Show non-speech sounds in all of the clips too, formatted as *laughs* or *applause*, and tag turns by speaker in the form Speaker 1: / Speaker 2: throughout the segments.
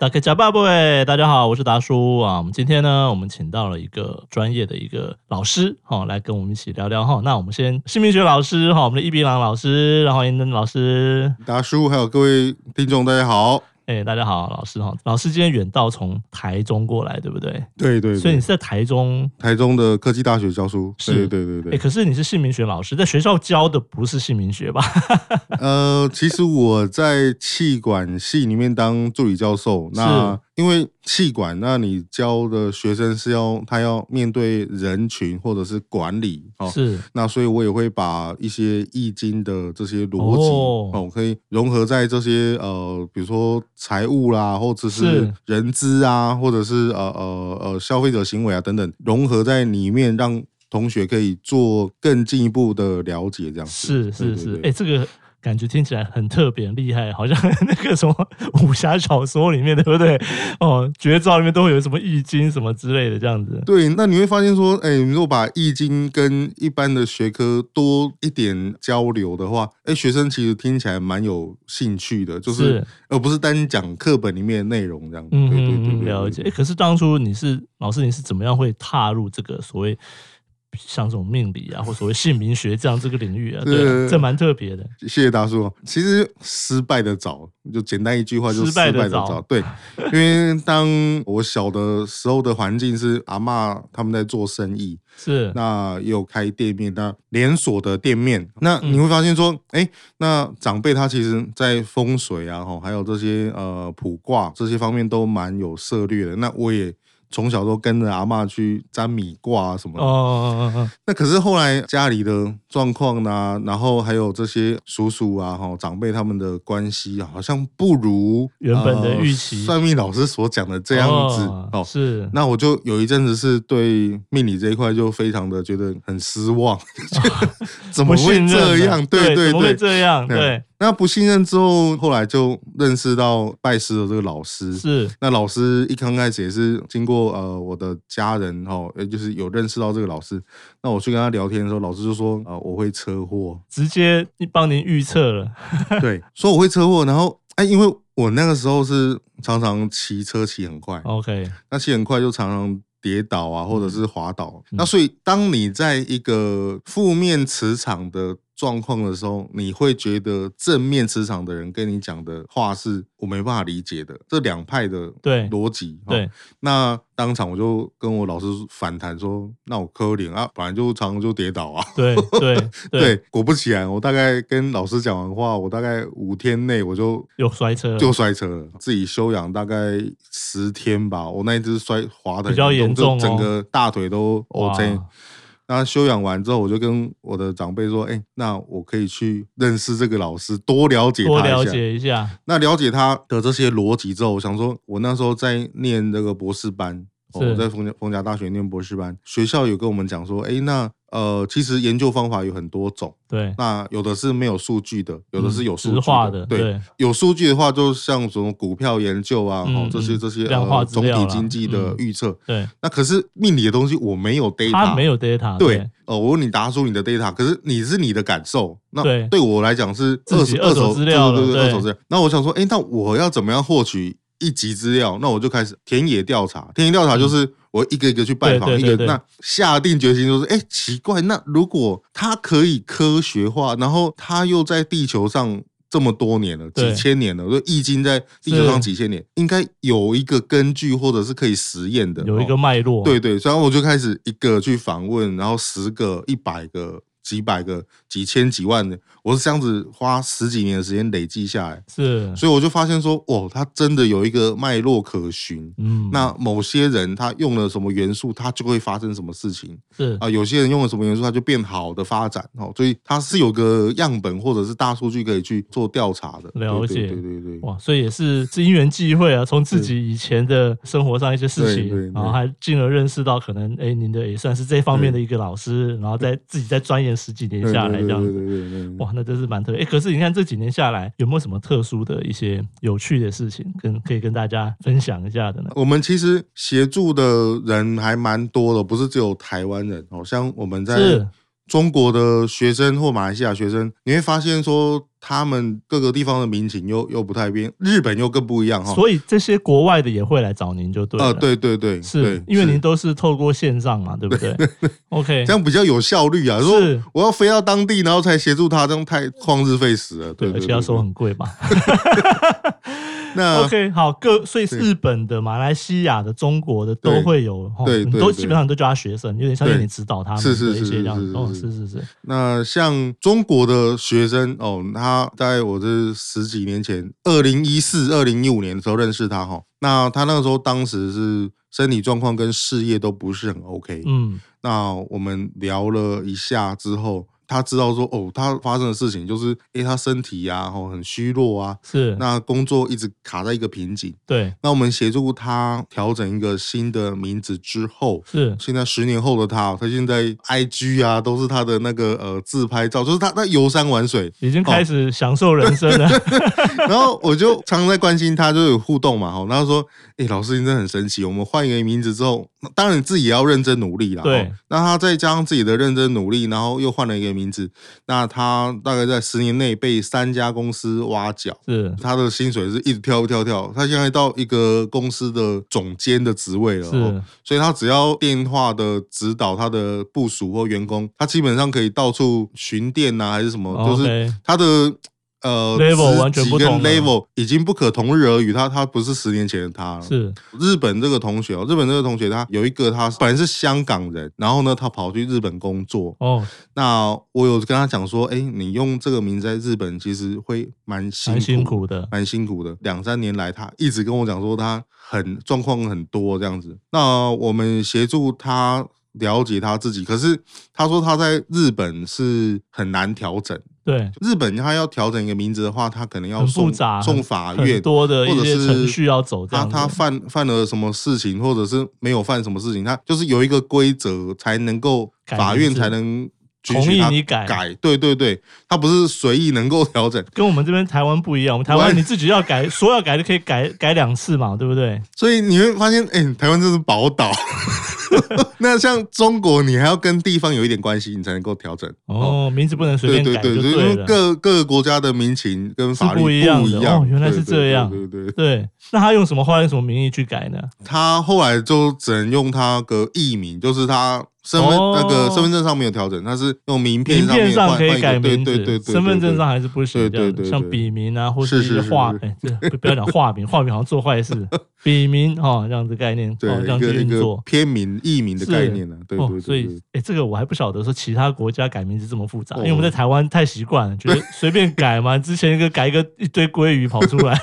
Speaker 1: 大家巴不哎，大家好，我是达叔啊。我们今天呢，我们请到了一个专业的一个老师哈、哦，来跟我们一起聊聊哈、那我们先姓名学老师哈、我们的易碧郎老师，然后严登老
Speaker 2: *laughs*
Speaker 1: 师，
Speaker 2: 达叔还有各位听众，大家好。
Speaker 1: 哎、大家好，老师哈、老师今天远道从台中过来，对不对？
Speaker 2: 对对
Speaker 1: 所以
Speaker 2: 对
Speaker 1: 你，是在台中，
Speaker 2: 台中的科技大学教书。
Speaker 1: 是
Speaker 2: 对对对
Speaker 1: 哎、
Speaker 2: 对。
Speaker 1: 可是你是姓名学老师，在学校教的不是姓名学吧？
Speaker 2: 呃，其实我在气管系里面当助理教授。那因为气管，那你教的学生是要他要面对人群或者是管理哦。
Speaker 1: 是
Speaker 2: 那所以我也会把一些易经的这些逻辑
Speaker 1: 哦
Speaker 2: 哦可以融合在这些呃，比如说财务啦，或者是
Speaker 1: 是
Speaker 2: 人资啊，或者是呃呃呃消费者行为啊等等，融合在里面，让同学可以做更进一步的了解，这样子
Speaker 1: 是是
Speaker 2: 对
Speaker 1: 是，哎、
Speaker 2: 对对
Speaker 1: 这个感觉听起来很特别很厉害， *laughs* 好像那个什么武侠小说里面， *laughs* 对不对？哦，绝招里面都会有什么易经什么之类的这样子。
Speaker 2: 对，那你会发现说，哎、你如果把易经跟一般的学科多一点交流的话，哎、学生其实听起来蛮有兴趣的，就是是而不是单讲课本里面的内容这样。
Speaker 1: 嗯
Speaker 2: 对对
Speaker 1: 嗯
Speaker 2: 对
Speaker 1: 嗯，
Speaker 2: 对
Speaker 1: 了
Speaker 2: 对
Speaker 1: 解。哎、可是当初你是老师，你是怎么样会踏入这个所谓像这种命理啊，或所谓姓名学这样这个领域啊？对啊，
Speaker 2: 是
Speaker 1: 这蛮特别的。
Speaker 2: 谢谢达叔。其实失败的早，就简单一句话，就
Speaker 1: 失
Speaker 2: 失
Speaker 1: 败
Speaker 2: 败
Speaker 1: 得
Speaker 2: 的
Speaker 1: 早
Speaker 2: 早。对，因为当我小的时候的环境是阿嬷他们在做生意，
Speaker 1: 是
Speaker 2: 那也有开店面，那连锁的店面，那
Speaker 1: 嗯
Speaker 2: 你会发现说，哎、那长辈他其实在风水啊，吼，还有这些呃卜卦这些方面都蛮有涉略的。那我也。从小都跟着阿嬷去占米卦啊什么的，
Speaker 1: 哦哦哦哦，
Speaker 2: 那可是后来家里的状况呢，然后还有这些叔叔啊、哈长辈他们的关系，啊好像不如
Speaker 1: 原本的预期
Speaker 2: 呃算命老师所讲的这样子
Speaker 1: 哦
Speaker 2: 哦。
Speaker 1: 是
Speaker 2: 那我就有一阵子是对命理这一块就非常的觉得很失望， *laughs* 怎么
Speaker 1: 哦不
Speaker 2: 会
Speaker 1: 信任
Speaker 2: 这
Speaker 1: 的
Speaker 2: 样？
Speaker 1: 对
Speaker 2: 对对
Speaker 1: 怎么会
Speaker 2: 对，
Speaker 1: 这样？
Speaker 2: 对
Speaker 1: 对，
Speaker 2: 那不信任之后，后来就认识到拜师的这个老师，
Speaker 1: 是，
Speaker 2: 那老师一刚开始也是经过呃我的家人哦，呃就是有认识到这个老师。那我去跟他聊天的时候，老师就说呃我会车祸
Speaker 1: 直接帮您预测了。
Speaker 2: 对， *laughs* 说我会车祸，然后哎，因为我那个时候是常常骑车骑很快，
Speaker 1: OK，
Speaker 2: 那骑很快就常常。跌倒啊，或者是滑倒。
Speaker 1: 哦嗯
Speaker 2: 那所以，当你在一个负面磁场的状况的时候，你会觉得正面磁场的人跟你讲的话是我没办法理解的，这两派的
Speaker 1: 对
Speaker 2: 逻辑。哦
Speaker 1: 对，
Speaker 2: 那当场我就跟我老师反弹说：“那我科脸啊，本来就常常就跌倒啊。 *laughs*
Speaker 1: 对对
Speaker 2: 对，，果不其然，我大概跟老师讲完话，我大概五天内我就
Speaker 1: 又摔车了，
Speaker 2: 就摔车了，自己休养大概十天吧。我那一只摔滑的
Speaker 1: 比较严重哦
Speaker 2: 整个大腿都 OK
Speaker 1: 哇。
Speaker 2: 那休养完之后，我就跟我的长辈说：“哎、那我可以去认识这个老师，多了解
Speaker 1: 多
Speaker 2: 他一下。
Speaker 1: 了解一下，
Speaker 2: 那了解他的这些逻辑之后，我想说，我那时候在念这个博士班，哦、
Speaker 1: 是
Speaker 2: 我在逢甲逢甲大学念博士班，学校有跟我们讲说，诶，那呃，其实研究方法有很多种，
Speaker 1: 对，
Speaker 2: 那有的是没有数据的，有的是有数
Speaker 1: 嗯直
Speaker 2: 据
Speaker 1: 化的，
Speaker 2: 对，有数据的话，就像什么股票研究啊，
Speaker 1: 嗯
Speaker 2: 哦，这些
Speaker 1: 嗯
Speaker 2: 这些
Speaker 1: 量化
Speaker 2: 呃
Speaker 1: 资
Speaker 2: 总
Speaker 1: 料啦
Speaker 2: 体经济的
Speaker 1: 嗯
Speaker 2: 预测。
Speaker 1: 对，
Speaker 2: 那可是命理的东西我没有 data，
Speaker 1: 他没有 data，
Speaker 2: 对，，哦，我问你答出你的 data，可是你是你的感受，那
Speaker 1: 对
Speaker 2: 对我来讲是
Speaker 1: 自
Speaker 2: 二
Speaker 1: 己
Speaker 2: 手
Speaker 1: 二手
Speaker 2: 手
Speaker 1: 资料
Speaker 2: 对对
Speaker 1: 了
Speaker 2: 对，
Speaker 1: 对
Speaker 2: 二手资料。那我想说，哎，那我要怎么样获取一级资料？那我就开始田野调查，田野调查就是我一个一个去拜访，
Speaker 1: 嗯对对
Speaker 2: 一
Speaker 1: 对
Speaker 2: 个
Speaker 1: 对
Speaker 2: 那下定决心就是，哎，奇怪，那如果它可以科学化，然后它又在地球上。这么多年了，
Speaker 1: 对
Speaker 2: 几千年了，我说易经在地球
Speaker 1: 是
Speaker 2: 上几千年，应该有一个根据或者是可以实验的，
Speaker 1: 有一
Speaker 2: 哦
Speaker 1: 个脉络，
Speaker 2: 对对，所以我就开始一个去访问，然后十个、一百个、几百个、几千、几万的，我是这样子花十几年的时间累积下来，
Speaker 1: 是，
Speaker 2: 所以我就发现说，哦，它真的有一个脉络可循。
Speaker 1: 嗯，
Speaker 2: 那某些人他用了什么元素，他就会发生什么事情
Speaker 1: 是
Speaker 2: 啊、有些人用了什么元素，他就变好的发展哦。所以它是有个样本或者是大数据可以去做调查的。对
Speaker 1: 了
Speaker 2: 对
Speaker 1: 解
Speaker 2: 对对对
Speaker 1: 哇，所以也是是因缘际会啊，从自己以前的生活上一些事
Speaker 2: 对对
Speaker 1: 情，
Speaker 2: 对
Speaker 1: 然后还进而认识到可能，哎，您的也算是这方面的一个老师，然后再自己再钻研十几年
Speaker 2: 对，
Speaker 1: 下来
Speaker 2: 对
Speaker 1: 这
Speaker 2: 对
Speaker 1: 样
Speaker 2: 对
Speaker 1: 子。
Speaker 2: 对对对对
Speaker 1: 哇，那真是蛮特别。哎，可是你看这几年下来，有没有什么特殊的一些有趣的事情，跟可以跟大家分享一下的呢？
Speaker 2: 我们其实协助的人还蛮多的，不是只有台湾人哦。像我们在
Speaker 1: 是
Speaker 2: 中国的学生或马来西亚学生，你会发现说，他们各个地方的民情又又不太一样，日本又更不一样哈。
Speaker 1: 所以这些国外的也会来找您就对了。
Speaker 2: 呃，哦对对对，
Speaker 1: 是
Speaker 2: 对
Speaker 1: 因为
Speaker 2: 是
Speaker 1: 您都是透过线上嘛，对不对？OK，
Speaker 2: 这样比较有效率啊。说
Speaker 1: 是
Speaker 2: 我要飞到当地，然后才协助他，这样太旷日费时了。对
Speaker 1: 对，
Speaker 2: 对
Speaker 1: 而
Speaker 2: 对
Speaker 1: 且要
Speaker 2: 对
Speaker 1: 收很哦贵
Speaker 2: *laughs*
Speaker 1: 嘛。
Speaker 2: 那
Speaker 1: OK，好，各所以
Speaker 2: 对
Speaker 1: 日本的、马来西亚的、中国的
Speaker 2: 对
Speaker 1: 都会有，吼
Speaker 2: 对
Speaker 1: 你
Speaker 2: 对
Speaker 1: 都
Speaker 2: 对
Speaker 1: 基本上都叫他学生，有点像是
Speaker 2: 对
Speaker 1: 你指导他们
Speaker 2: 是是
Speaker 1: 的一
Speaker 2: 是
Speaker 1: 些
Speaker 2: 是
Speaker 1: 这样
Speaker 2: 是
Speaker 1: 子。哦，
Speaker 2: 是
Speaker 1: 是是是，
Speaker 2: 那像中国的学生哦，他在我这十几年前，二零一四、二零一五年的时候认识他哈、那他那个时候当时是身体状况跟事业都不是很 OK，、
Speaker 1: 嗯，
Speaker 2: 那我们聊了一下之后，他知道说哦，他发生的事情就是，诶，他身体呀、啊，哦，很虚弱啊，
Speaker 1: 是，
Speaker 2: 那工作一直卡在一个瓶颈。
Speaker 1: 对，
Speaker 2: 那我们协助他调整一个新的名字之后，
Speaker 1: 是，。
Speaker 2: 现在十年后的他，哦他现在 IG 啊都是他的那个呃自拍照，就是他在游山玩水 *laughs*
Speaker 1: 已经开始享受人生了。
Speaker 2: 然后我就常常在关心他，就有互动嘛。哈，然后说，哎、老师你真的很神奇。我们换一个名字之后，那当然你自己也要认真努力啦。
Speaker 1: 对
Speaker 2: 齁，那他再加上自己的认真努力，然后又换了一个名字，那他大概在十年内被三家公司挖角。
Speaker 1: 是
Speaker 2: 他的薪水是一直跳跳跳，他现在到一个公司的总监的职位了、哦
Speaker 1: 是，，
Speaker 2: 所以他只要电话的指导他的部属或员工，他基本上可以到处巡店啊，还是什么，就是
Speaker 1: 哦 OK，
Speaker 2: 他的呃
Speaker 1: Level
Speaker 2: 职级
Speaker 1: 完全不
Speaker 2: 跟
Speaker 1: 同了
Speaker 2: level 已经不可同日而语，他他不是十年前的他了。
Speaker 1: 是
Speaker 2: 日本这个同学哦，日本这个同学他有一个他本来是香港人，然后呢他跑去日本工作，
Speaker 1: 哦，
Speaker 2: 那我有跟他讲说，哎、你用这个名字在日本其实会蛮辛
Speaker 1: 蛮
Speaker 2: 苦，
Speaker 1: 辛苦的。
Speaker 2: 蛮辛苦的。两三年来，他一直跟我讲说他很状况很多这样子。那我们协助他了解他自己，可是他说他在日本是很难调整。
Speaker 1: 对，
Speaker 2: 日本他要调整一个名字的话，他可能要
Speaker 1: 很复
Speaker 2: 送
Speaker 1: 杂
Speaker 2: 送法
Speaker 1: 很
Speaker 2: 院。
Speaker 1: 多的
Speaker 2: 或
Speaker 1: 一
Speaker 2: 者
Speaker 1: 些
Speaker 2: 是
Speaker 1: 程序要走，这
Speaker 2: 他
Speaker 1: 样
Speaker 2: 他
Speaker 1: 子
Speaker 2: 犯犯了什么事情，或者是没有犯什么事情，他就是有一个规则才能够
Speaker 1: 改
Speaker 2: 法
Speaker 1: 名
Speaker 2: 院
Speaker 1: 字
Speaker 2: 才能
Speaker 1: 同
Speaker 2: 允许
Speaker 1: 意
Speaker 2: 他
Speaker 1: 你改
Speaker 2: 改，对对对，他不是随意能够调整。
Speaker 1: 跟我们这边台湾不一样。我们台
Speaker 2: 我
Speaker 1: 湾你自己要改，说要改就可以改改两次嘛，对不对？
Speaker 2: 所以你会发现，哎、台湾真是
Speaker 1: *laughs*
Speaker 2: 宝岛。那像中国，你还要跟地方有一点关系，你才能够调整。
Speaker 1: 哦，名字不能随
Speaker 2: 对
Speaker 1: 便
Speaker 2: 对
Speaker 1: 改
Speaker 2: 对，
Speaker 1: 就
Speaker 2: 就是
Speaker 1: 对
Speaker 2: 因
Speaker 1: 了
Speaker 2: 为。各各个国家的民情跟法律
Speaker 1: 是不一样的
Speaker 2: 不一
Speaker 1: 哦原来是
Speaker 2: 对对
Speaker 1: 这样
Speaker 2: 对对对
Speaker 1: 对，那他用什么话、用什么名义去改呢？
Speaker 2: 他后来就只能用他个艺名，就是他身份、
Speaker 1: 哦
Speaker 2: 那个身份证上没有调整，他是用名片
Speaker 1: 名
Speaker 2: 上
Speaker 1: 片
Speaker 2: 面
Speaker 1: 上
Speaker 2: 换
Speaker 1: 可以改
Speaker 2: 换一个
Speaker 1: 名
Speaker 2: 对对对
Speaker 1: 字，
Speaker 2: 对，
Speaker 1: 身份证
Speaker 2: 对
Speaker 1: 上还是不行
Speaker 2: 对
Speaker 1: 这样
Speaker 2: 对
Speaker 1: 子，
Speaker 2: 对
Speaker 1: 像
Speaker 2: 对
Speaker 1: 笔名啊，或一
Speaker 2: 是
Speaker 1: 些
Speaker 2: 是
Speaker 1: 化，
Speaker 2: 是
Speaker 1: 哎，这不不要讲化名，化名好像做坏
Speaker 2: *laughs*
Speaker 1: 事，笔名哦，这样子概念，哦，
Speaker 2: 对
Speaker 1: 这样去
Speaker 2: 一
Speaker 1: 运
Speaker 2: 个一
Speaker 1: 作
Speaker 2: 个。偏名艺名的
Speaker 1: 是
Speaker 2: 概念呢、啊，对对
Speaker 1: 哦，
Speaker 2: 对
Speaker 1: 所
Speaker 2: 对
Speaker 1: 以哎、诶这个我还不晓得说其他国家改名字这么复杂，
Speaker 2: 哦
Speaker 1: 因为我们在台湾太习惯了，觉
Speaker 2: *laughs*
Speaker 1: 得随便改嘛，之前一个改一个一堆鲑鱼跑出
Speaker 2: *laughs*
Speaker 1: 来，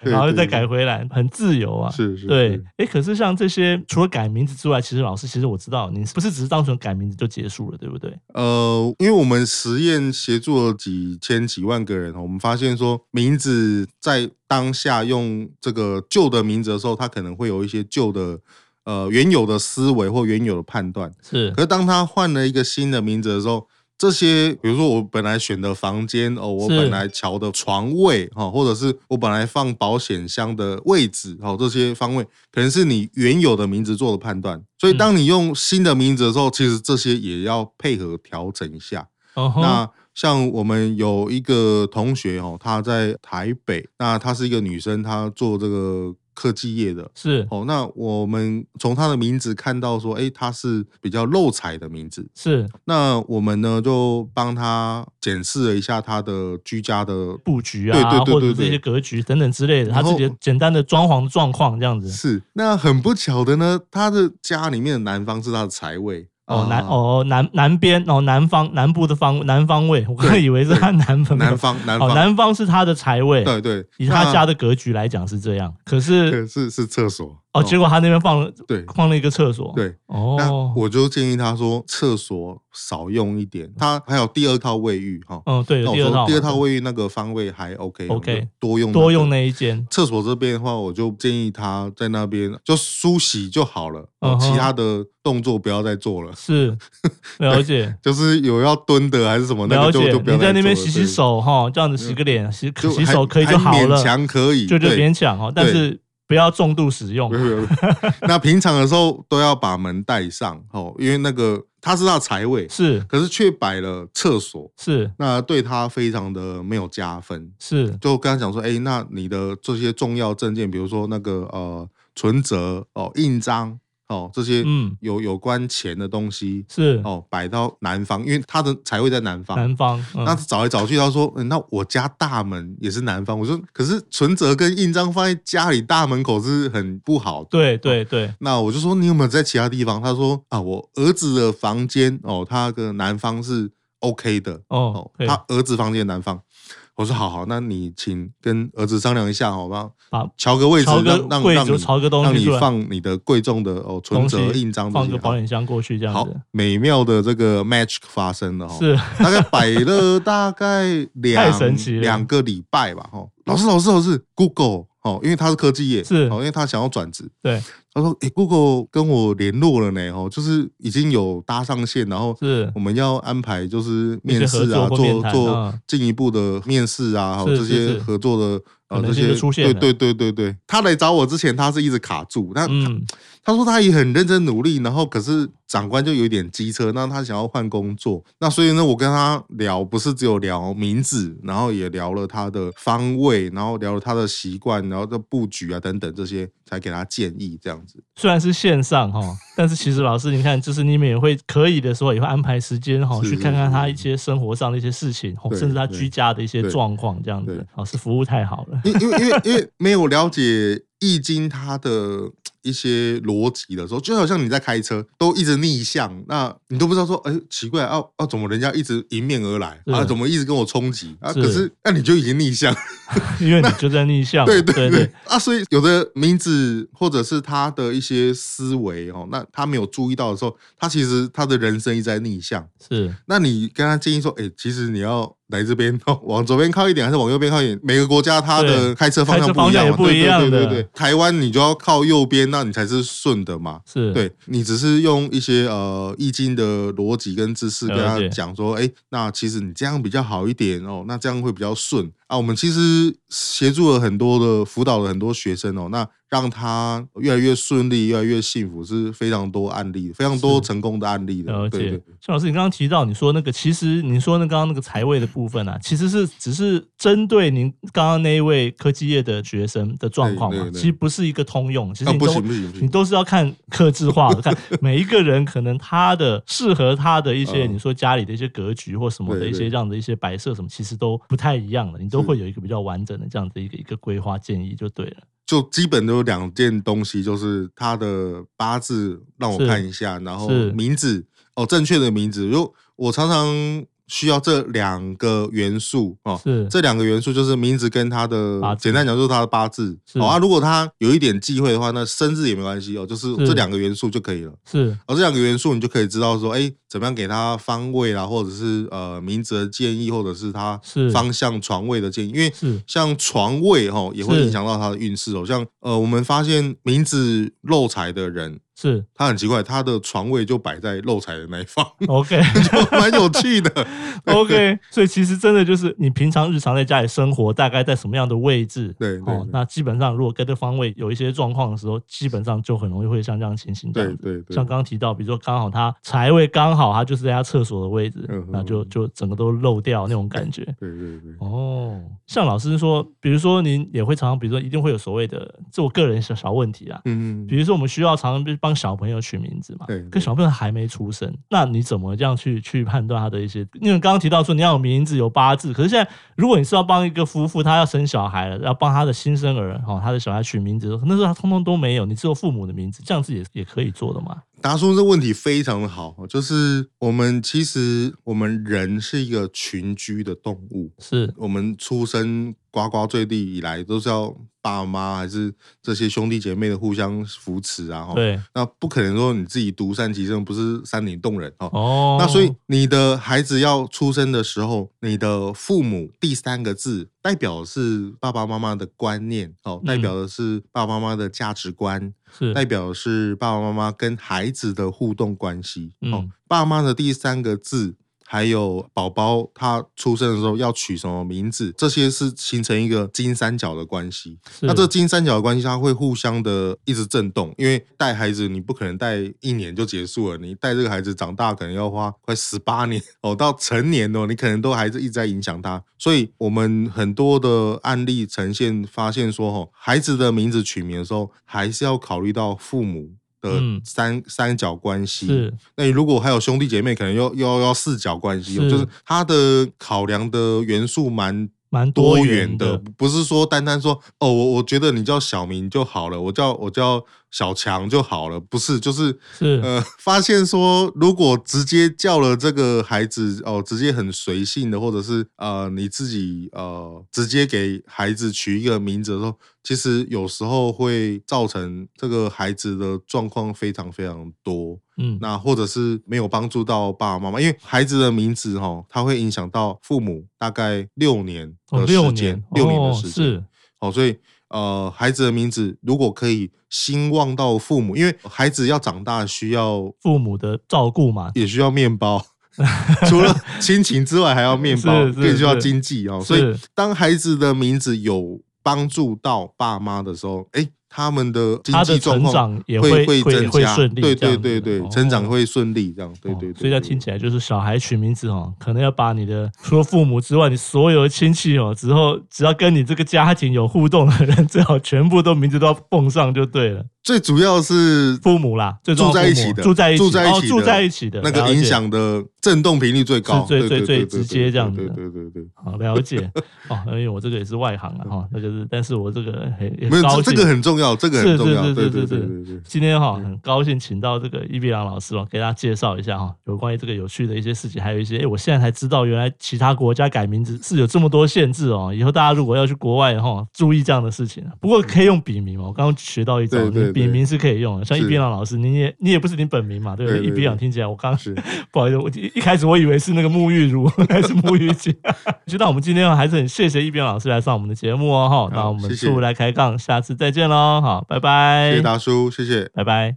Speaker 2: 对
Speaker 1: 然后再
Speaker 2: 对
Speaker 1: 改回来，很自由啊。
Speaker 2: 是是，
Speaker 1: 对
Speaker 2: 是，
Speaker 1: 哎，可是像这些除了改名字之外，其实老师，其实我知道你不是只是单纯改名字就结束了，对不对？
Speaker 2: 呃，因为我们实验协助了几千几万个人，哦我们发现说名字在当下用这个旧的名字的时候，他可能会有一些旧的呃原有的思维或原有的判断。
Speaker 1: 是
Speaker 2: 可是当他换了一个新的名字的时候，这些比如说我本来选的房间哦，我
Speaker 1: 是
Speaker 2: 本来瞧的床位哈、哦，或者是我本来放保险箱的位置哦，这些方位可能是你原有的名字做的判断。所以
Speaker 1: 嗯
Speaker 2: 当你用新的名字的时候，其实这些也要配合调整一下。
Speaker 1: 哦吼，
Speaker 2: 那像我们有一个同学哦，她在台北，那她是一个女生，她做这个科技业的，
Speaker 1: 是
Speaker 2: 哦，那我们从他的名字看到说，诶，他是比较漏彩的名字。
Speaker 1: 是
Speaker 2: 那我们呢就帮他检视了一下他的居家的
Speaker 1: 布局
Speaker 2: 对
Speaker 1: 啊，
Speaker 2: 对对
Speaker 1: 或者
Speaker 2: 对
Speaker 1: 是
Speaker 2: 对
Speaker 1: 一些格局等等之类的，他
Speaker 2: 然
Speaker 1: 自
Speaker 2: 后
Speaker 1: 己的简单的装潢状况这样子。
Speaker 2: 是。那很不巧的呢，他的家里面的南方是他的财位
Speaker 1: 哦，南
Speaker 2: 啊
Speaker 1: 哦南南边哦南方南部的方南方位，我刚才以为是他南方
Speaker 2: 南方南
Speaker 1: 哦
Speaker 2: 方、
Speaker 1: 南方是他的财位，
Speaker 2: 对对，
Speaker 1: 以他
Speaker 2: 那
Speaker 1: 家的格局来讲是这样，可是
Speaker 2: *laughs* 对是是厕所
Speaker 1: 哦，结果他那边放了
Speaker 2: 对
Speaker 1: 放了一个厕所，
Speaker 2: 对。那
Speaker 1: 哦，
Speaker 2: 我就建议他说，厕所少用一点。他还有第二套卫浴哈，
Speaker 1: 嗯，对，有
Speaker 2: 那我
Speaker 1: 第二
Speaker 2: 说
Speaker 1: 套，
Speaker 2: 第二套卫浴那个方位还 OK，我们
Speaker 1: OK，
Speaker 2: 就多用
Speaker 1: 多
Speaker 2: 个
Speaker 1: 用那一间，
Speaker 2: 厕所这边的话，我就建议他在那边就梳洗就好了，
Speaker 1: 嗯
Speaker 2: 哦，
Speaker 1: 哼
Speaker 2: 其他的动作不要再做了。 *laughs*
Speaker 1: 是了解。
Speaker 2: 就是有要蹲的还是什么，哦那
Speaker 1: 了
Speaker 2: 个就
Speaker 1: 解
Speaker 2: 就，不要
Speaker 1: 你
Speaker 2: 再
Speaker 1: 在那边
Speaker 2: 做了
Speaker 1: 洗洗，手哈，这样子洗个脸、洗
Speaker 2: 对就
Speaker 1: 洗
Speaker 2: 还
Speaker 1: 手可以
Speaker 2: 还
Speaker 1: 就好了
Speaker 2: 勉，强可以，
Speaker 1: 就就
Speaker 2: 对
Speaker 1: 勉
Speaker 2: *laughs*
Speaker 1: 强哦，但
Speaker 2: 对
Speaker 1: 是不要重度使用
Speaker 2: 不。是不是不是那平常的时候都要把门带上哦，因为那个他是他的财位，
Speaker 1: 是
Speaker 2: 可是却摆了厕所，
Speaker 1: 是
Speaker 2: 那对他非常的没有加分。
Speaker 1: 是
Speaker 2: 就跟他讲说，哎、那你的这些重要证件，比如说那个呃存折哦、印章哦这些
Speaker 1: 嗯
Speaker 2: 有有关钱的东西
Speaker 1: 是
Speaker 2: 哦，摆到南方，因为他的财位在南方。
Speaker 1: 南方，嗯
Speaker 2: 那找来找去，他说、嗯那我家大门也是南方。我说，可是存折跟印章放在家里大门口是很不好的。
Speaker 1: 对对对
Speaker 2: 那我就说你有没有在其他地方？他说啊，我儿子的房间哦，他的南方是 OK 的
Speaker 1: 哦
Speaker 2: 哦，，
Speaker 1: 可以
Speaker 2: 他儿子房间的南方。我说好好，那你请跟儿子商量一下，好吧？
Speaker 1: 把
Speaker 2: 调个位置，
Speaker 1: 朝个
Speaker 2: 让让
Speaker 1: 柜
Speaker 2: 让
Speaker 1: 子
Speaker 2: 你
Speaker 1: 朝个东
Speaker 2: 让
Speaker 1: 西
Speaker 2: 你
Speaker 1: 出来，
Speaker 2: 放你的贵重的哦存
Speaker 1: 东西
Speaker 2: 折、印章这
Speaker 1: 放
Speaker 2: 些
Speaker 1: 个
Speaker 2: 好
Speaker 1: 保险箱过去这样
Speaker 2: 好
Speaker 1: 子，，
Speaker 2: 美妙的这个 match 发生了哈、哦。
Speaker 1: *laughs* 是
Speaker 2: *laughs* 大概摆了大概
Speaker 1: *laughs* 太
Speaker 2: 两
Speaker 1: 神奇了
Speaker 2: 两个礼拜吧，哈。老师，老师，老师，Google 哦，因为他是科技业，
Speaker 1: 是
Speaker 2: 哦，因为他想要转职，
Speaker 1: 对
Speaker 2: 他说，诶 g o o g l e 跟我联络了呢，哦，就是已经有搭上线，然后
Speaker 1: 是
Speaker 2: 我们要安排就是
Speaker 1: 一些
Speaker 2: 面
Speaker 1: 合
Speaker 2: 试
Speaker 1: 作
Speaker 2: 啊，
Speaker 1: 或面
Speaker 2: 做
Speaker 1: 谈
Speaker 2: 做
Speaker 1: 嗯
Speaker 2: 进一步的面试啊，还有
Speaker 1: 是
Speaker 2: 这
Speaker 1: 是
Speaker 2: 些
Speaker 1: 是
Speaker 2: 合作的
Speaker 1: 可
Speaker 2: 呃
Speaker 1: 能
Speaker 2: 这
Speaker 1: 性就
Speaker 2: 些
Speaker 1: 出现
Speaker 2: 对
Speaker 1: 了
Speaker 2: 对对对对，他来找我之前他是一直卡住，那
Speaker 1: 嗯
Speaker 2: 他说他也很认真努力，然后可是长官就有点机车，那他想要换工作，那所以呢，我跟他聊不是只有聊名字，然后也聊了他的方位，然后聊了他的习惯，然后的布局啊等等这些，才给他建议这样子。
Speaker 1: 虽然是线上哈，但是其实老师，你看，就是你们也会可以的时候，也会安排时间哈，
Speaker 2: 是
Speaker 1: 去看看
Speaker 2: 是
Speaker 1: 他
Speaker 2: 是
Speaker 1: 一些生活上的一些事情，吼
Speaker 2: 对
Speaker 1: 甚至他
Speaker 2: 对
Speaker 1: 居家的一些
Speaker 2: 对
Speaker 1: 状况这样子
Speaker 2: 对。
Speaker 1: 老师服务太好
Speaker 2: *laughs*
Speaker 1: 了，
Speaker 2: 因因为因为因为没有了解《易经》它的一些逻辑的时候，就好像你在开车都一直逆向，那你都不知道说，哎、奇怪，啊啊，怎么人家一直迎面而来
Speaker 1: 是
Speaker 2: 啊，怎么一直跟我冲击啊？
Speaker 1: 是
Speaker 2: 可是那、你就已经
Speaker 1: *laughs*
Speaker 2: 逆向，
Speaker 1: 因为你就在逆向，
Speaker 2: 对
Speaker 1: 对
Speaker 2: 对啊，所以有的名字或者是他的一些思维哦，那他没有注意到的时候，他其实他的人生一直在逆向。
Speaker 1: 是
Speaker 2: 那你跟他建议说，哎、其实你要来这边 *laughs* 哦，往左边靠一点，还是往右边靠一点？每个国家它
Speaker 1: 对
Speaker 2: 的开车方
Speaker 1: 开
Speaker 2: 向
Speaker 1: 车
Speaker 2: 不
Speaker 1: 方
Speaker 2: 一
Speaker 1: 向
Speaker 2: 样
Speaker 1: 也
Speaker 2: 嘛，
Speaker 1: 不一样
Speaker 2: 对对
Speaker 1: 的
Speaker 2: 对对对。台湾你就要靠右边，那你才是顺的嘛。
Speaker 1: 是，
Speaker 2: 对你只是用一些呃易经的逻辑跟知识跟
Speaker 1: 了
Speaker 2: 他
Speaker 1: 解
Speaker 2: 讲说，哎、那其实你这样比较好一点哦，那这样会比较顺啊。我们其实协助了很多的辅导了很多学生哦，那让他越来越顺利，越来越幸福，是非常多案例，非常多
Speaker 1: 是
Speaker 2: 成功的案例的
Speaker 1: 了。
Speaker 2: 对
Speaker 1: 解
Speaker 2: 对，。
Speaker 1: 像老师，你刚刚提到你说那个，其实你说那刚刚那个财位的部分啊，其实是只是针对您刚刚那一位科技业的学生的状况
Speaker 2: 对
Speaker 1: 嘛
Speaker 2: 对，对
Speaker 1: 其实不是一个通用，其实
Speaker 2: 啊，
Speaker 1: 你
Speaker 2: 不
Speaker 1: 都
Speaker 2: 行不行不
Speaker 1: 你
Speaker 2: 行，
Speaker 1: 都是要看克制化的，看每一个人可能他的适合他的一些，
Speaker 2: 嗯
Speaker 1: 你说家里的一些格局或什么的
Speaker 2: 对
Speaker 1: 一
Speaker 2: 对
Speaker 1: 些这样的一些摆设什么，其实都不太一样的，你都会有一个比较完整的这样的一个一个规划建议就对了。
Speaker 2: 就基本都有两件东西，就是他的八字让我
Speaker 1: 是
Speaker 2: 看一下，然后
Speaker 1: 是
Speaker 2: 名字哦，正确的名字，就我常常需要这两个元素哦。
Speaker 1: 是
Speaker 2: 这两个元素就是名字跟
Speaker 1: 八
Speaker 2: 他的，
Speaker 1: 字
Speaker 2: 简单讲就是他的八字。
Speaker 1: 是
Speaker 2: 好、哦、啊，如果他有一点忌讳的话，那生日也没关系哦，就是
Speaker 1: 是
Speaker 2: 这两个元素就可以了。哦
Speaker 1: 是
Speaker 2: 而这两个元素，你就可以知道说，哎，怎么样给他方位啦，或者是呃名字的建议，或者是他
Speaker 1: 是
Speaker 2: 方向床位的建议，因为
Speaker 1: 是
Speaker 2: 像床位哈、也会
Speaker 1: 是
Speaker 2: 影响到他的运势哦。像呃，我们发现名字漏财的人，
Speaker 1: 是
Speaker 2: 他很奇怪，他的床位就摆在漏财的那一方， *laughs*
Speaker 1: ，OK
Speaker 2: 就蛮有趣
Speaker 1: *laughs*
Speaker 2: 的。 *laughs*
Speaker 1: OK，所以其实真的就是你平常日常在家里生活，大概在什么样的位置？
Speaker 2: 对对
Speaker 1: 哦
Speaker 2: 对，
Speaker 1: 那基本上如果跟这方位有一些状况的时候，基本上就很容易会像这样情形这样
Speaker 2: 对
Speaker 1: 子。
Speaker 2: 对对
Speaker 1: 像，刚刚提到，比如说刚好他财位刚好，他就是在他厕所的位置
Speaker 2: 嗯哼，
Speaker 1: 那就就整个都漏掉那种感觉。
Speaker 2: 对对对。
Speaker 1: 哦，像老师说，比如说您也会常常，比如说一定会有所谓的，这我个人小小问题啊。
Speaker 2: 嗯，
Speaker 1: 比如说我们需要常常就是帮小朋友取名字嘛
Speaker 2: 对，对
Speaker 1: 可小朋友还没出生，那你怎么这样去去判断他的一些？因为刚刚提到说你要有名字有八字，可是现在如果你是要帮一个夫妇，他要生小孩了，要帮他的新生儿哦，他的小孩取名字，那时候他通通都没有，你只有父母的名字，这样子也也可以做的嘛？
Speaker 2: 达叔这问题非常的好，就是我们其实我们人是一个群居的动物，
Speaker 1: 是
Speaker 2: 我们出生呱呱坠地以来，都是要爸妈还是这些兄弟姐妹的互相扶持啊。齁
Speaker 1: 对
Speaker 2: 那不可能说你自己独善其身，不是山顶洞人哦。齁
Speaker 1: 哦，
Speaker 2: 那所以你的孩子要出生的时候，你的父母第三个字代表是爸爸妈妈的观念哦，代
Speaker 1: 嗯
Speaker 2: 表的是爸爸妈妈的价值观，
Speaker 1: 是
Speaker 2: 代表的是爸爸妈妈跟孩子的互动关系。哦
Speaker 1: 嗯，
Speaker 2: 爸妈的第三个字还有宝宝他出生的时候要取什么名字，这些是形成一个金三角的关系。
Speaker 1: 是
Speaker 2: 那这金三角的关系，它会互相的一直震动，因为带孩子你不可能带一年就结束了，你带这个孩子长大可能要花快十八年 *laughs* 哦，到成年哦，你可能都还是一直在影响他。所以我们很多的案例呈现发现说，哦，孩子的名字取名的时候，还是要考虑到父母。的
Speaker 1: 嗯
Speaker 2: 三、三角关系，
Speaker 1: 是
Speaker 2: 那你如果还有兄弟姐妹，可能又又要四角关系哦，
Speaker 1: 是
Speaker 2: 就是它的考量的元素蛮
Speaker 1: 蛮
Speaker 2: 多
Speaker 1: 元
Speaker 2: 元的，不是说单单说哦，我我觉得你叫小明就好了，我叫我叫小强就好了，不是，就是
Speaker 1: 是、
Speaker 2: 呃， *laughs* 发现说如果直接叫了这个孩子哦，直接很随性的，或者是呃你自己呃直接给孩子取一个名字的时候，其实有时候会造成这个孩子的状况非常非常多。
Speaker 1: 嗯，
Speaker 2: 那或者是没有帮助到爸爸妈妈，因为孩子的名字哈、它会影响到父母大概六年
Speaker 1: 哦
Speaker 2: 的
Speaker 1: 六
Speaker 2: 时间，
Speaker 1: 年
Speaker 2: 六年
Speaker 1: 哦
Speaker 2: 的时间。
Speaker 1: 是
Speaker 2: 哦，所以呃，孩子的名字如果可以兴旺到父母，因为孩子要长大
Speaker 1: *laughs*
Speaker 2: 需要
Speaker 1: 父母的照顾嘛，
Speaker 2: 也需要面包，除了亲情之外还要面包，
Speaker 1: 是是
Speaker 2: 更需要
Speaker 1: 是
Speaker 2: 经济哦。所以
Speaker 1: 是
Speaker 2: 当孩子的名字有帮助到爸妈的时候，哎，他们的经
Speaker 1: 他的
Speaker 2: 济状
Speaker 1: 成
Speaker 2: 况。
Speaker 1: 长也
Speaker 2: 会
Speaker 1: 会也
Speaker 2: 增
Speaker 1: 会
Speaker 2: 加，
Speaker 1: 顺利这
Speaker 2: 对
Speaker 1: 样子，
Speaker 2: 对对对，成长
Speaker 1: 哦
Speaker 2: 会顺利这样，对
Speaker 1: 哦
Speaker 2: 对对。
Speaker 1: 所以要
Speaker 2: 对
Speaker 1: 听起来就是小孩取名字哦，可能要把你的除了父母之外，你所有的亲戚哦，之后只要跟你这个家庭有互动的人，最好全部都名字都要奉上就对了。
Speaker 2: 最主要是
Speaker 1: 父母啦，最重要
Speaker 2: 住在
Speaker 1: 父
Speaker 2: 一
Speaker 1: 母
Speaker 2: 起的
Speaker 1: 住在一起，
Speaker 2: 住在一起
Speaker 1: 哦
Speaker 2: 的
Speaker 1: 住在一起的
Speaker 2: 那
Speaker 1: 了
Speaker 2: 个
Speaker 1: 解
Speaker 2: 影响的震动频率最高，
Speaker 1: 是最
Speaker 2: 对对
Speaker 1: 最
Speaker 2: 对
Speaker 1: 最
Speaker 2: 对
Speaker 1: 直接
Speaker 2: 对
Speaker 1: 这样子
Speaker 2: 对
Speaker 1: 的
Speaker 2: 对对对。
Speaker 1: 好了解哦，因为我这个也是外行啊哈、那就是，但是我这个很也
Speaker 2: 没有
Speaker 1: 高兴
Speaker 2: 这这个很重要，这个
Speaker 1: 是
Speaker 2: 很重要，
Speaker 1: 是
Speaker 2: 对
Speaker 1: 是
Speaker 2: 对
Speaker 1: 是
Speaker 2: 对
Speaker 1: 是
Speaker 2: 对嗯对。
Speaker 1: 今天哈、很高兴请到这个伊碧朗老师哦，给大家介绍一下哈、有关于这个有趣的一些事情，还有一些哎诶我现在才知道，原来其他国家改名字是有这么多限制哦。以后大家如果要去国外哈、注意这样的事情啊。不过可以用笔名嘛，我刚刚学到一招，
Speaker 2: 对对
Speaker 1: 你笔
Speaker 2: 对
Speaker 1: 名是可以用的。像伊
Speaker 2: 是
Speaker 1: 碧朗老师，你也你也不是你本名嘛，对不对？
Speaker 2: 对对
Speaker 1: 伊
Speaker 2: 对
Speaker 1: 碧朗听起来，我刚
Speaker 2: 是
Speaker 1: *laughs* 不好意思，我一一开始我以为是那个沐浴乳， *laughs* 还是沐浴 *laughs* 巾。知道我们今天还是很谢谢一边老师来上我们的节目哦，哈。那我们
Speaker 2: 谢谢
Speaker 1: 出来开杠，下次再见喽，好，拜拜，
Speaker 2: 谢谢大叔，谢谢。
Speaker 1: 拜拜。